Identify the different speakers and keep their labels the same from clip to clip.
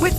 Speaker 1: With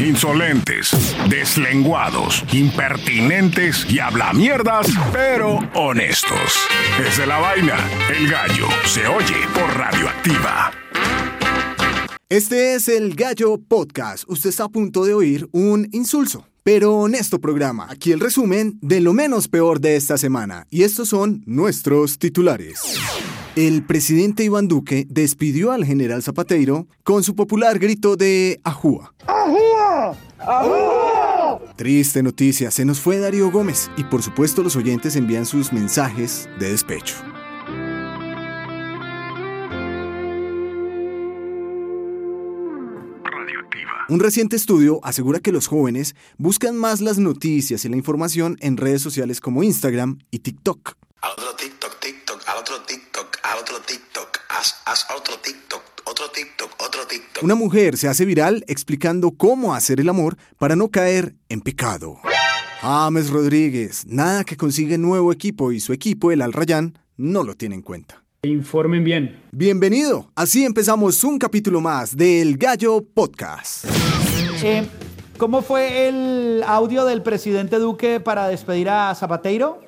Speaker 2: Insolentes, deslenguados, impertinentes y habla mierdas, pero honestos. Es de la vaina. El gallo se oye por radioactiva.
Speaker 3: Este es el Gallo Podcast. Usted está a punto de oír un insulso, pero honesto programa. Aquí el resumen de lo menos peor de esta semana. Y estos son nuestros titulares. El presidente Iván Duque despidió al general Zapateiro con su popular grito de Ajúa. Triste noticia, se nos fue Darío Gómez y por supuesto los oyentes envían sus mensajes de despecho.
Speaker 2: Radioactiva.
Speaker 3: Un reciente estudio asegura que los jóvenes buscan más las noticias y la información en redes sociales como Instagram y TikTok.
Speaker 4: Al otro TikTok, TikTok, al otro TikTok, al otro TikTok, haz, haz otro TikTok, otro TikTok, otro TikTok.
Speaker 3: Una mujer se hace viral explicando cómo hacer el amor para no caer en pecado. James Rodríguez, nada que consigue nuevo equipo y su equipo, el Al Rayyan, no lo tiene en cuenta.
Speaker 5: Informen bien.
Speaker 3: Bienvenido, así empezamos un capítulo más del Gallo Podcast.
Speaker 6: Eh, ¿Cómo fue el audio del presidente Duque para despedir a Zapateiro?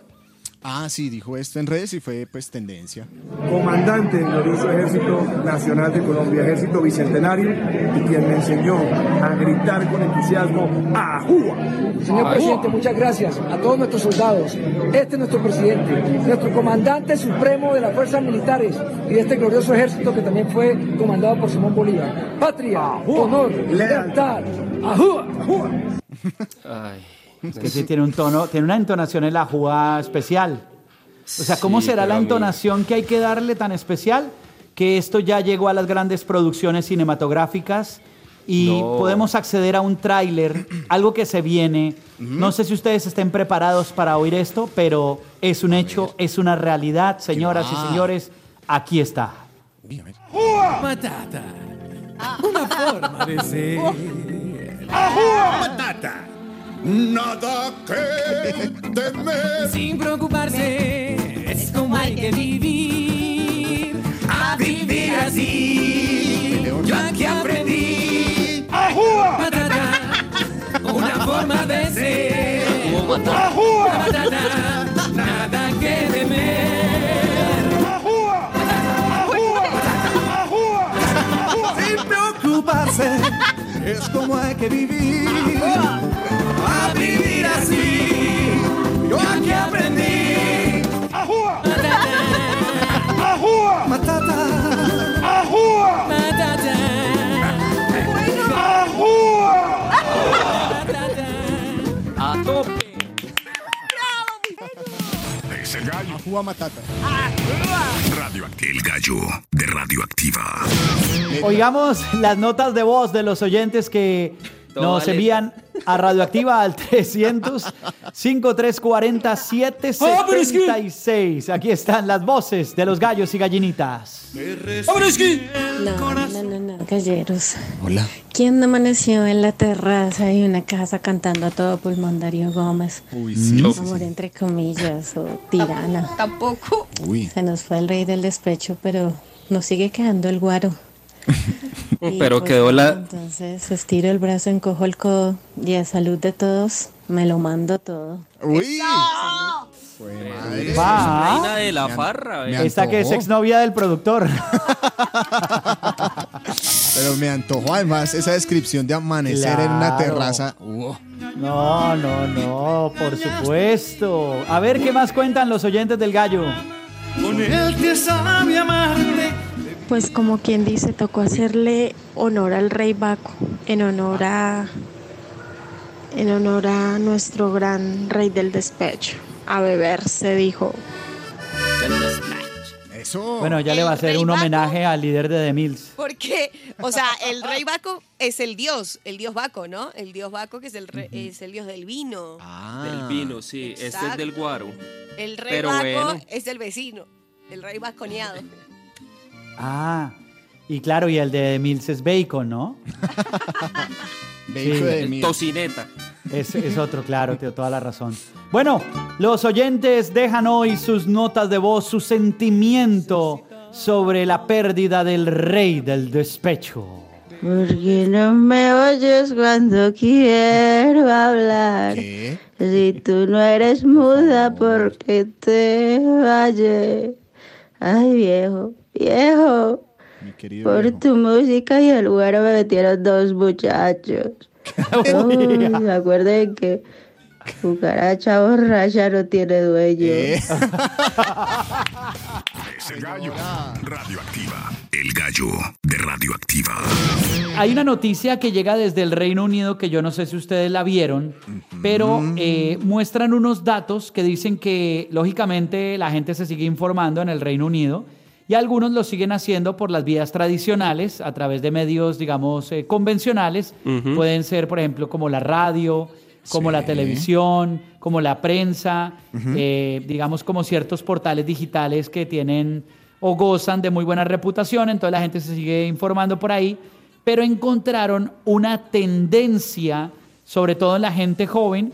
Speaker 7: Ah, sí, dijo esto en redes y fue pues tendencia.
Speaker 8: comandante del glorioso Ejército Nacional de Colombia, Ejército Bicentenario, y quien me enseñó a gritar con entusiasmo a
Speaker 9: Señor presidente, muchas gracias a todos nuestros soldados. Este es nuestro presidente, nuestro comandante supremo de las fuerzas militares y de este glorioso ejército que también fue comandado por Simón Bolívar. Patria, honor, lealtad, ajúa.
Speaker 6: Es que sí tiene un tono, tiene una entonación en la jugada especial. O sea, ¿cómo será la entonación que hay que darle tan especial que esto ya llegó a las grandes producciones cinematográficas y podemos acceder a un tráiler, algo que se viene? No sé si ustedes estén preparados para oír esto, pero es un hecho, es una realidad, señoras y señores. Aquí está.
Speaker 5: Patata. Una forma de ser.
Speaker 2: Patata. Nada que temer.
Speaker 5: Sin preocuparse, es como hay que vivir. A vivir así. Yo aquí aprendí. Patata. Una forma de ser. Patata. Nada que temer.
Speaker 8: Sin preocuparse, es como hay que vivir.
Speaker 5: A vivir así.
Speaker 8: Yo aquí aprendí. ¡Ajúa! ¡Matata! ¡Ajúa! ¡Ajúa!
Speaker 2: Es el gallo.
Speaker 7: Cuba Matata.
Speaker 2: Radioactiva. El gallo de radioactiva.
Speaker 6: Oigamos las notas de voz de los oyentes que nos envían a Radioactiva al 300 5340 776. Aquí están las voces de los gallos y gallinitas.
Speaker 10: No, no, no, no, galleros. Hola. ¿Quién amaneció en la terraza de una casa cantando a todo pulmón Darío Gómez?
Speaker 7: Uy, sí.
Speaker 10: Amor entre comillas o tirana.
Speaker 11: Tampoco.
Speaker 7: Uy.
Speaker 10: Se nos fue el rey del despecho, pero nos sigue quedando el guaro. Y
Speaker 12: Pero
Speaker 10: pues,
Speaker 12: quedó la.
Speaker 10: Entonces estiro el brazo, encojo el codo y a salud de todos me lo mando todo.
Speaker 7: Uy.
Speaker 6: Va.
Speaker 12: Reina de la farra,
Speaker 7: Me
Speaker 12: eh.
Speaker 6: Esta que es
Speaker 7: antojó.
Speaker 6: exnovia del productor.
Speaker 7: Pero me antojó además esa descripción de amanecer en una
Speaker 6: Claro.
Speaker 7: terraza. Wow.
Speaker 6: No, no, no, por supuesto. A ver qué más cuentan los oyentes del gallo.
Speaker 5: Con él te sabe amarte.
Speaker 10: Pues como quien dice, tocó hacerle honor al rey Baco, en honor a en honor a nuestro gran rey del despecho. A beber se dijo.
Speaker 7: pasó?
Speaker 6: Bueno, ya le va a hacer
Speaker 12: Rey
Speaker 6: un
Speaker 12: Baco.
Speaker 6: homenaje al líder de The Mills.
Speaker 12: Porque, o sea, el rey Baco es el dios, el dios Baco, ¿no? El dios Baco que es el, re- es el dios del vino.
Speaker 13: Del vino, sí. Este es
Speaker 12: exacto.
Speaker 13: del guaro.
Speaker 12: El rey
Speaker 13: Pero
Speaker 12: Baco
Speaker 13: bueno.
Speaker 12: es el vecino, el rey vasconeado.
Speaker 6: Ah, y claro, y el de The Mills es bacon, ¿no? Sí.
Speaker 13: Tocineta.
Speaker 6: Es, es otro, claro, tiene toda la razón. Bueno, los oyentes dejan hoy sus notas de voz, su sentimiento sobre la pérdida del rey del despecho.
Speaker 14: Porque no me oyes cuando quiero hablar. Si tú no eres muda, porque te vayas? Ay, viejo, viejo. Por tu música y el güero me metieron dos muchachos. Uy, me acuerdo de que cucaracha borracha no tiene dueño.
Speaker 2: Ese gallo. Radioactiva. El gallo de Radioactiva.
Speaker 6: Hay una noticia que llega desde el Reino Unido que yo no sé si ustedes la vieron, pero eh, muestran unos datos que dicen que lógicamente la gente se sigue informando en el Reino Unido y algunos lo siguen haciendo por las vías tradicionales, a través de medios, digamos, eh, convencionales.
Speaker 13: Ujú.
Speaker 6: Pueden ser, por ejemplo, como la radio, como la televisión, como la prensa,
Speaker 13: Ujú.
Speaker 6: eh, digamos, como ciertos portales digitales que tienen o gozan de muy buena reputación, entonces la gente se sigue informando por ahí, pero encontraron una tendencia, sobre todo en la gente joven,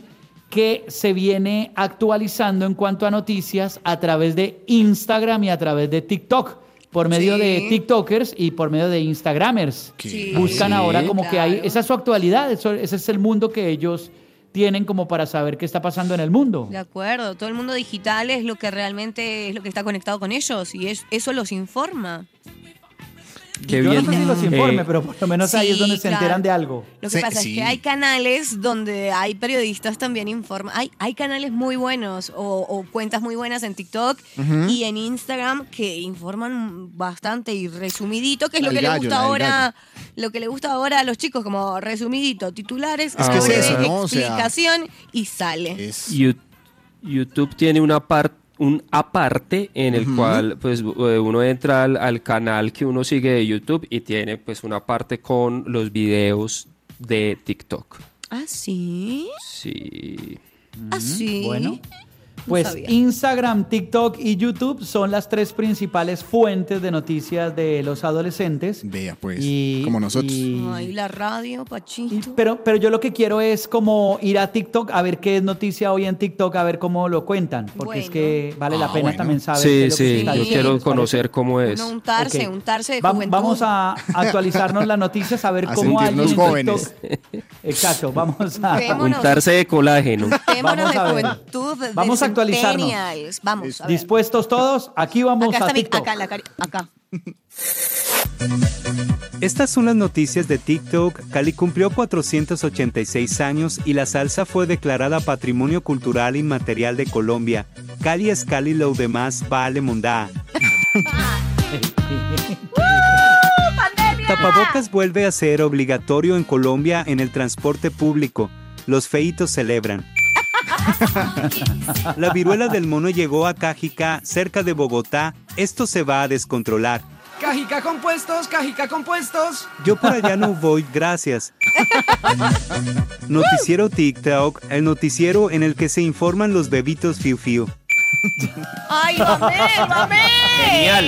Speaker 6: que se viene actualizando en cuanto a noticias a través de Instagram y a través de TikTok, por medio
Speaker 13: Sí.
Speaker 6: de TikTokers y por medio de Instagramers.
Speaker 13: Sí.
Speaker 6: Buscan ahora
Speaker 13: Sí.
Speaker 6: como que hay, esa es su actualidad, eso- ese es el mundo que ellos tienen como para saber qué está pasando en el mundo.
Speaker 12: De acuerdo, todo el mundo digital es lo que realmente es lo que está conectado con ellos y es, eso los informa.
Speaker 13: Qué
Speaker 6: Yo
Speaker 13: bien.
Speaker 6: no sé si los informe,
Speaker 13: Eh,
Speaker 6: pero por lo menos ahí es
Speaker 12: sí,
Speaker 6: donde se
Speaker 12: claro.
Speaker 6: enteran de algo.
Speaker 12: Lo que pasa es que hay canales donde hay periodistas también informan. Hay, hay canales muy buenos o, o cuentas muy buenas en TikTok
Speaker 14: Ujú.
Speaker 12: y en Instagram que informan bastante y resumidito, que es lo
Speaker 7: La
Speaker 12: que
Speaker 7: del
Speaker 12: le
Speaker 7: gallo,
Speaker 12: gusta
Speaker 7: la del
Speaker 12: ahora, lo que le gusta ahora a los chicos, como resumidito, titulares,
Speaker 13: Es que es
Speaker 12: breve
Speaker 13: eso, ¿no? O sea,
Speaker 12: explicación y sale.
Speaker 13: You- YouTube tiene una par- un aparte en el cual pues eh, uno entra al, al canal que uno sigue de YouTube y tiene pues una parte con los videos de TikTok.
Speaker 12: Ah, sí.
Speaker 13: Sí.
Speaker 12: Ah, sí.
Speaker 6: Mm, Bueno,
Speaker 12: No
Speaker 6: pues
Speaker 12: sabía.
Speaker 6: Instagram, TikTok y YouTube son las tres principales fuentes de noticias de los adolescentes. Vea, pues,
Speaker 7: como nosotros.
Speaker 12: Ay, la radio, Pachito.
Speaker 6: Pero, pero yo lo que quiero es como ir a TikTok a ver qué es noticia hoy en TikTok, a ver cómo lo cuentan, porque es que vale la
Speaker 13: Ah,
Speaker 6: pena
Speaker 13: bueno.
Speaker 6: también saber. qué
Speaker 13: Sí,
Speaker 6: es lo que se
Speaker 13: sí,
Speaker 6: está
Speaker 13: yo
Speaker 6: diciendo.
Speaker 13: quiero
Speaker 6: ¿Les parece?
Speaker 13: conocer cómo es.
Speaker 12: No, untarse,
Speaker 6: pues, Ok.
Speaker 12: untarse de
Speaker 6: Va-
Speaker 12: juventud.
Speaker 6: Vamos a actualizarnos las noticias, a ver
Speaker 13: A
Speaker 6: cómo hay
Speaker 13: sentirnos
Speaker 6: en
Speaker 13: jóvenes.
Speaker 6: TikTok. Exacto, vamos a...
Speaker 12: Vémonos.
Speaker 13: Untarse de colágeno.
Speaker 12: Témonos
Speaker 6: Vamos a
Speaker 12: de
Speaker 6: ver.
Speaker 12: juventud. de
Speaker 6: Vamos a actualizarnos.
Speaker 12: centennials. Vamos. a ver.
Speaker 6: ¿Dispuestos todos? Aquí vamos
Speaker 12: Acá
Speaker 6: a
Speaker 12: está mi,
Speaker 6: TikTok.
Speaker 12: acá, la cari- acá.
Speaker 15: Estas son las noticias de TikTok. Cali cumplió 486 años y la salsa fue declarada Patrimonio Cultural Inmaterial de Colombia. Cali es Cali, lo demás vale mondá. Tapabocas vuelve a ser obligatorio en Colombia en el transporte público. Los feitos celebran. La viruela del mono llegó a Cajica, cerca de Bogotá. Esto se va a descontrolar.
Speaker 5: Cajica compuestos, cajica compuestos.
Speaker 15: Yo por allá no voy, gracias. Noticiero TikTok, el noticiero en el que se informan los bebitos fiu fiu.
Speaker 5: ¡Ay, mamé, mamé!
Speaker 2: Genial.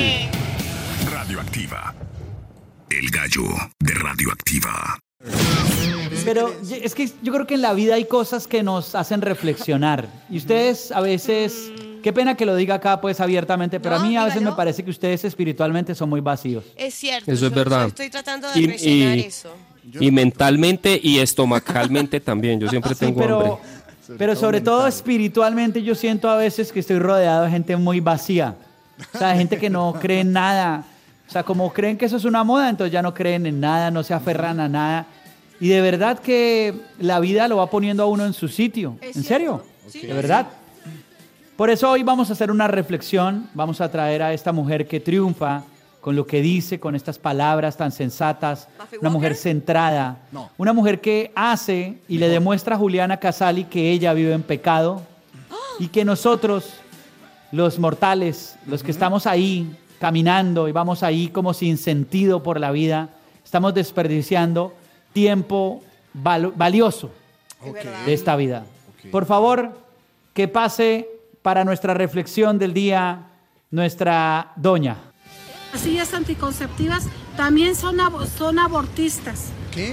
Speaker 2: Radioactiva. El gallo de Radioactiva.
Speaker 6: Pero yo- es que yo creo que en la vida hay cosas que nos hacen reflexionar. Y ustedes a veces, qué pena que lo diga acá pues abiertamente, pero a mí a veces me parece que ustedes espiritualmente son muy vacíos.
Speaker 12: Es cierto.
Speaker 13: Eso es
Speaker 12: yo-
Speaker 13: verdad.
Speaker 12: yo Estoy tratando de rellenar eso.
Speaker 13: y mentalmente y estomacalmente también. Yo siempre tengo
Speaker 6: Ah, pero,
Speaker 13: hambre.
Speaker 6: pero sobre todo espiritualmente yo siento a veces que estoy rodeado de gente muy vacía. O sea, gente que no cree en nada. O sea, como creen que eso es una moda, entonces ya no creen en nada, no se aferran a nada. Y de verdad que la vida lo va poniendo a uno en su sitio. ¿En serio?
Speaker 12: Sí,
Speaker 6: De verdad. Por eso hoy vamos a hacer una reflexión, vamos a traer a esta mujer que triunfa con lo que dice, con estas palabras tan sensatas, una mujer centrada,
Speaker 7: No.
Speaker 6: una mujer que hace y le demuestra a Juliana Casali que ella vive en pecado y que nosotros, los mortales, los que estamos ahí caminando y vamos ahí como sin sentido por la vida. Estamos desperdiciando tiempo val- valioso de esta vida. Por favor, que pase para nuestra reflexión del día nuestra doña.
Speaker 16: Las sillas anticonceptivas también son, abo- son abortistas.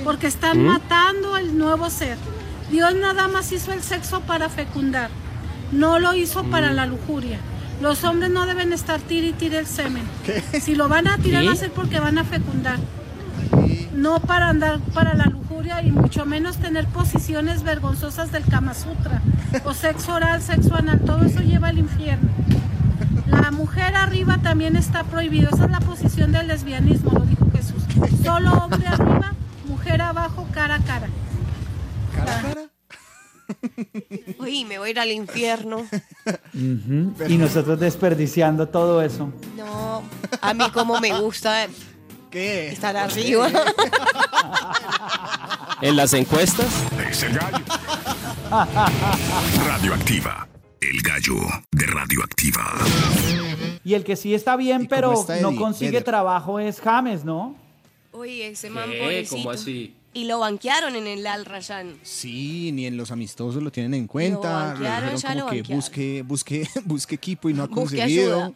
Speaker 16: Porque están
Speaker 6: ¿Mm?
Speaker 16: matando al nuevo ser. Dios nada más hizo el sexo para fecundar. No lo hizo para
Speaker 17: Mm.
Speaker 16: la lujuria. Los hombres no deben estar tir y tire el semen. Si lo van a tirar
Speaker 17: ¿Sí?
Speaker 16: va a ser porque van a fecundar. No para andar para la lujuria y mucho menos tener posiciones vergonzosas del Kama Sutra. O sexo oral, sexo anal, todo eso lleva al infierno. La mujer arriba también está prohibido. Esa es la posición del lesbianismo, lo dijo Jesús. Solo hombre arriba, mujer abajo, cara a cara.
Speaker 12: Uy, me voy a ir al infierno.
Speaker 6: Ujú. Y nosotros desperdiciando todo eso.
Speaker 12: No, a mí como me gusta estar arriba.
Speaker 13: En las encuestas.
Speaker 2: Es el gallo. Radioactiva. El gallo de Radioactiva.
Speaker 6: Y el que sí está bien, pero
Speaker 2: está
Speaker 6: no
Speaker 2: Eddie
Speaker 6: consigue
Speaker 2: Vedder?
Speaker 6: trabajo es James, ¿no?
Speaker 12: Uy, ese man
Speaker 7: ¿Qué?
Speaker 12: pobrecito.
Speaker 7: ¿Cómo así?
Speaker 12: Y lo banquearon en el Al Rayyan.
Speaker 7: Sí, ni en los amistosos lo tienen en cuenta. le
Speaker 12: banquearon,
Speaker 7: dijeron
Speaker 12: ya lo
Speaker 7: como que
Speaker 12: banquearon.
Speaker 7: busque, busque, busque equipo y no ha
Speaker 12: Busque
Speaker 7: conseguido.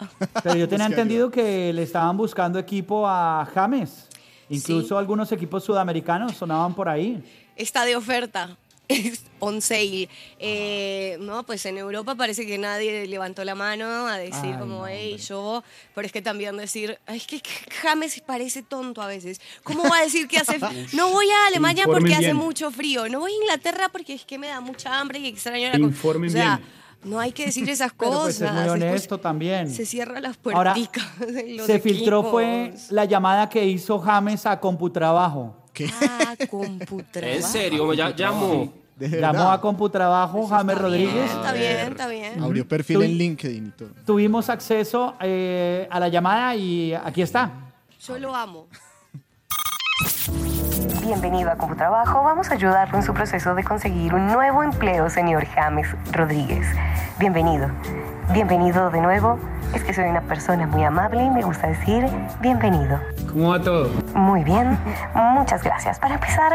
Speaker 6: Pero yo tenía
Speaker 7: Busque
Speaker 6: entendido que le estaban buscando equipo a James. Incluso algunos equipos sudamericanos sonaban por ahí.
Speaker 12: Está de oferta. On sale. Eh, no, pues en Europa parece que nadie levantó la mano a decir
Speaker 10: Ay,
Speaker 12: como,
Speaker 10: no,
Speaker 12: hey, yo, pero es que también decir, "Ay, es que James parece tonto a veces. ¿Cómo va a decir que hace frío? No voy a Alemania
Speaker 18: Informen
Speaker 12: porque hace
Speaker 18: bien.
Speaker 12: mucho frío. No voy a Inglaterra porque es que me da mucha hambre y extraño la co-".
Speaker 6: Informen
Speaker 12: O sea, no hay que decir esas
Speaker 6: Pero
Speaker 12: cosas.
Speaker 6: pues es muy
Speaker 12: Después
Speaker 6: honesto también.
Speaker 12: Se cierran las
Speaker 6: Ahora,
Speaker 12: puerticas. de los
Speaker 6: Se filtró
Speaker 12: equipos.
Speaker 6: fue la llamada que hizo James a Computrabajo.
Speaker 12: Ah, computrabajo.
Speaker 13: En serio, ya llamó.
Speaker 6: Llamó a Computrabajo James Rodríguez.
Speaker 12: Está bien, está bien.
Speaker 7: Abrió perfil
Speaker 6: Tú-
Speaker 7: en LinkedIn y todo.
Speaker 6: Tuvimos acceso eh, a la llamada y aquí está.
Speaker 12: Yo lo amo.
Speaker 19: Bienvenido a Computrabajo. Vamos a ayudarlo en su proceso de conseguir un nuevo empleo, señor James Rodríguez. Bienvenido. Bienvenido de nuevo. Es que soy una persona muy amable y me gusta decir bienvenido.
Speaker 18: ¿Cómo va todo?
Speaker 19: Muy bien, muchas gracias. Para empezar,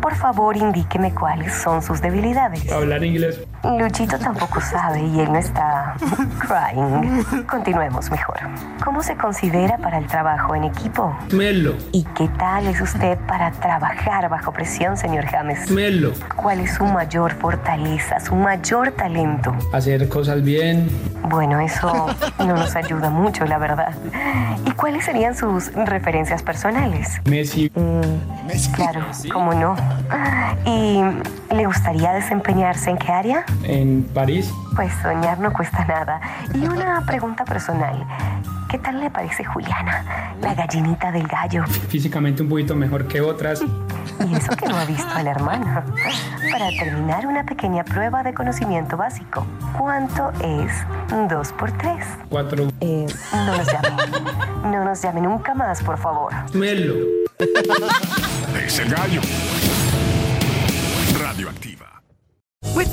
Speaker 19: por favor indíqueme cuáles son sus debilidades.
Speaker 18: Hablar inglés.
Speaker 19: Luchito tampoco sabe y él no está crying. Continuemos mejor. ¿Cómo se considera para el trabajo en equipo?
Speaker 18: Melo.
Speaker 19: ¿Y qué tal es usted para trabajar bajo presión, señor James?
Speaker 18: Melo.
Speaker 19: ¿Cuál es su mayor fortaleza, su mayor talento?
Speaker 18: Hacer cosas bien.
Speaker 19: Bueno, eso no nos ayuda mucho, la verdad. ¿Y cuáles serían sus referencias personales?
Speaker 18: Messi.
Speaker 19: Claro, cómo no. ¿Y le gustaría desempeñarse en qué área?
Speaker 18: En París.
Speaker 19: Pues soñar no cuesta nada. Y una pregunta personal. ¿Qué tal le parece Juliana, la gallinita del gallo?
Speaker 18: Físicamente un poquito mejor que otras.
Speaker 19: Y eso que no ha visto a la hermana. Para terminar, una pequeña prueba de conocimiento básico. ¿Cuánto es 2 por 3?
Speaker 18: Cuatro.
Speaker 19: No nos llame. No nos llame nunca más, por favor.
Speaker 18: Melo.
Speaker 2: Es el gallo. Radioactiva.
Speaker 1: With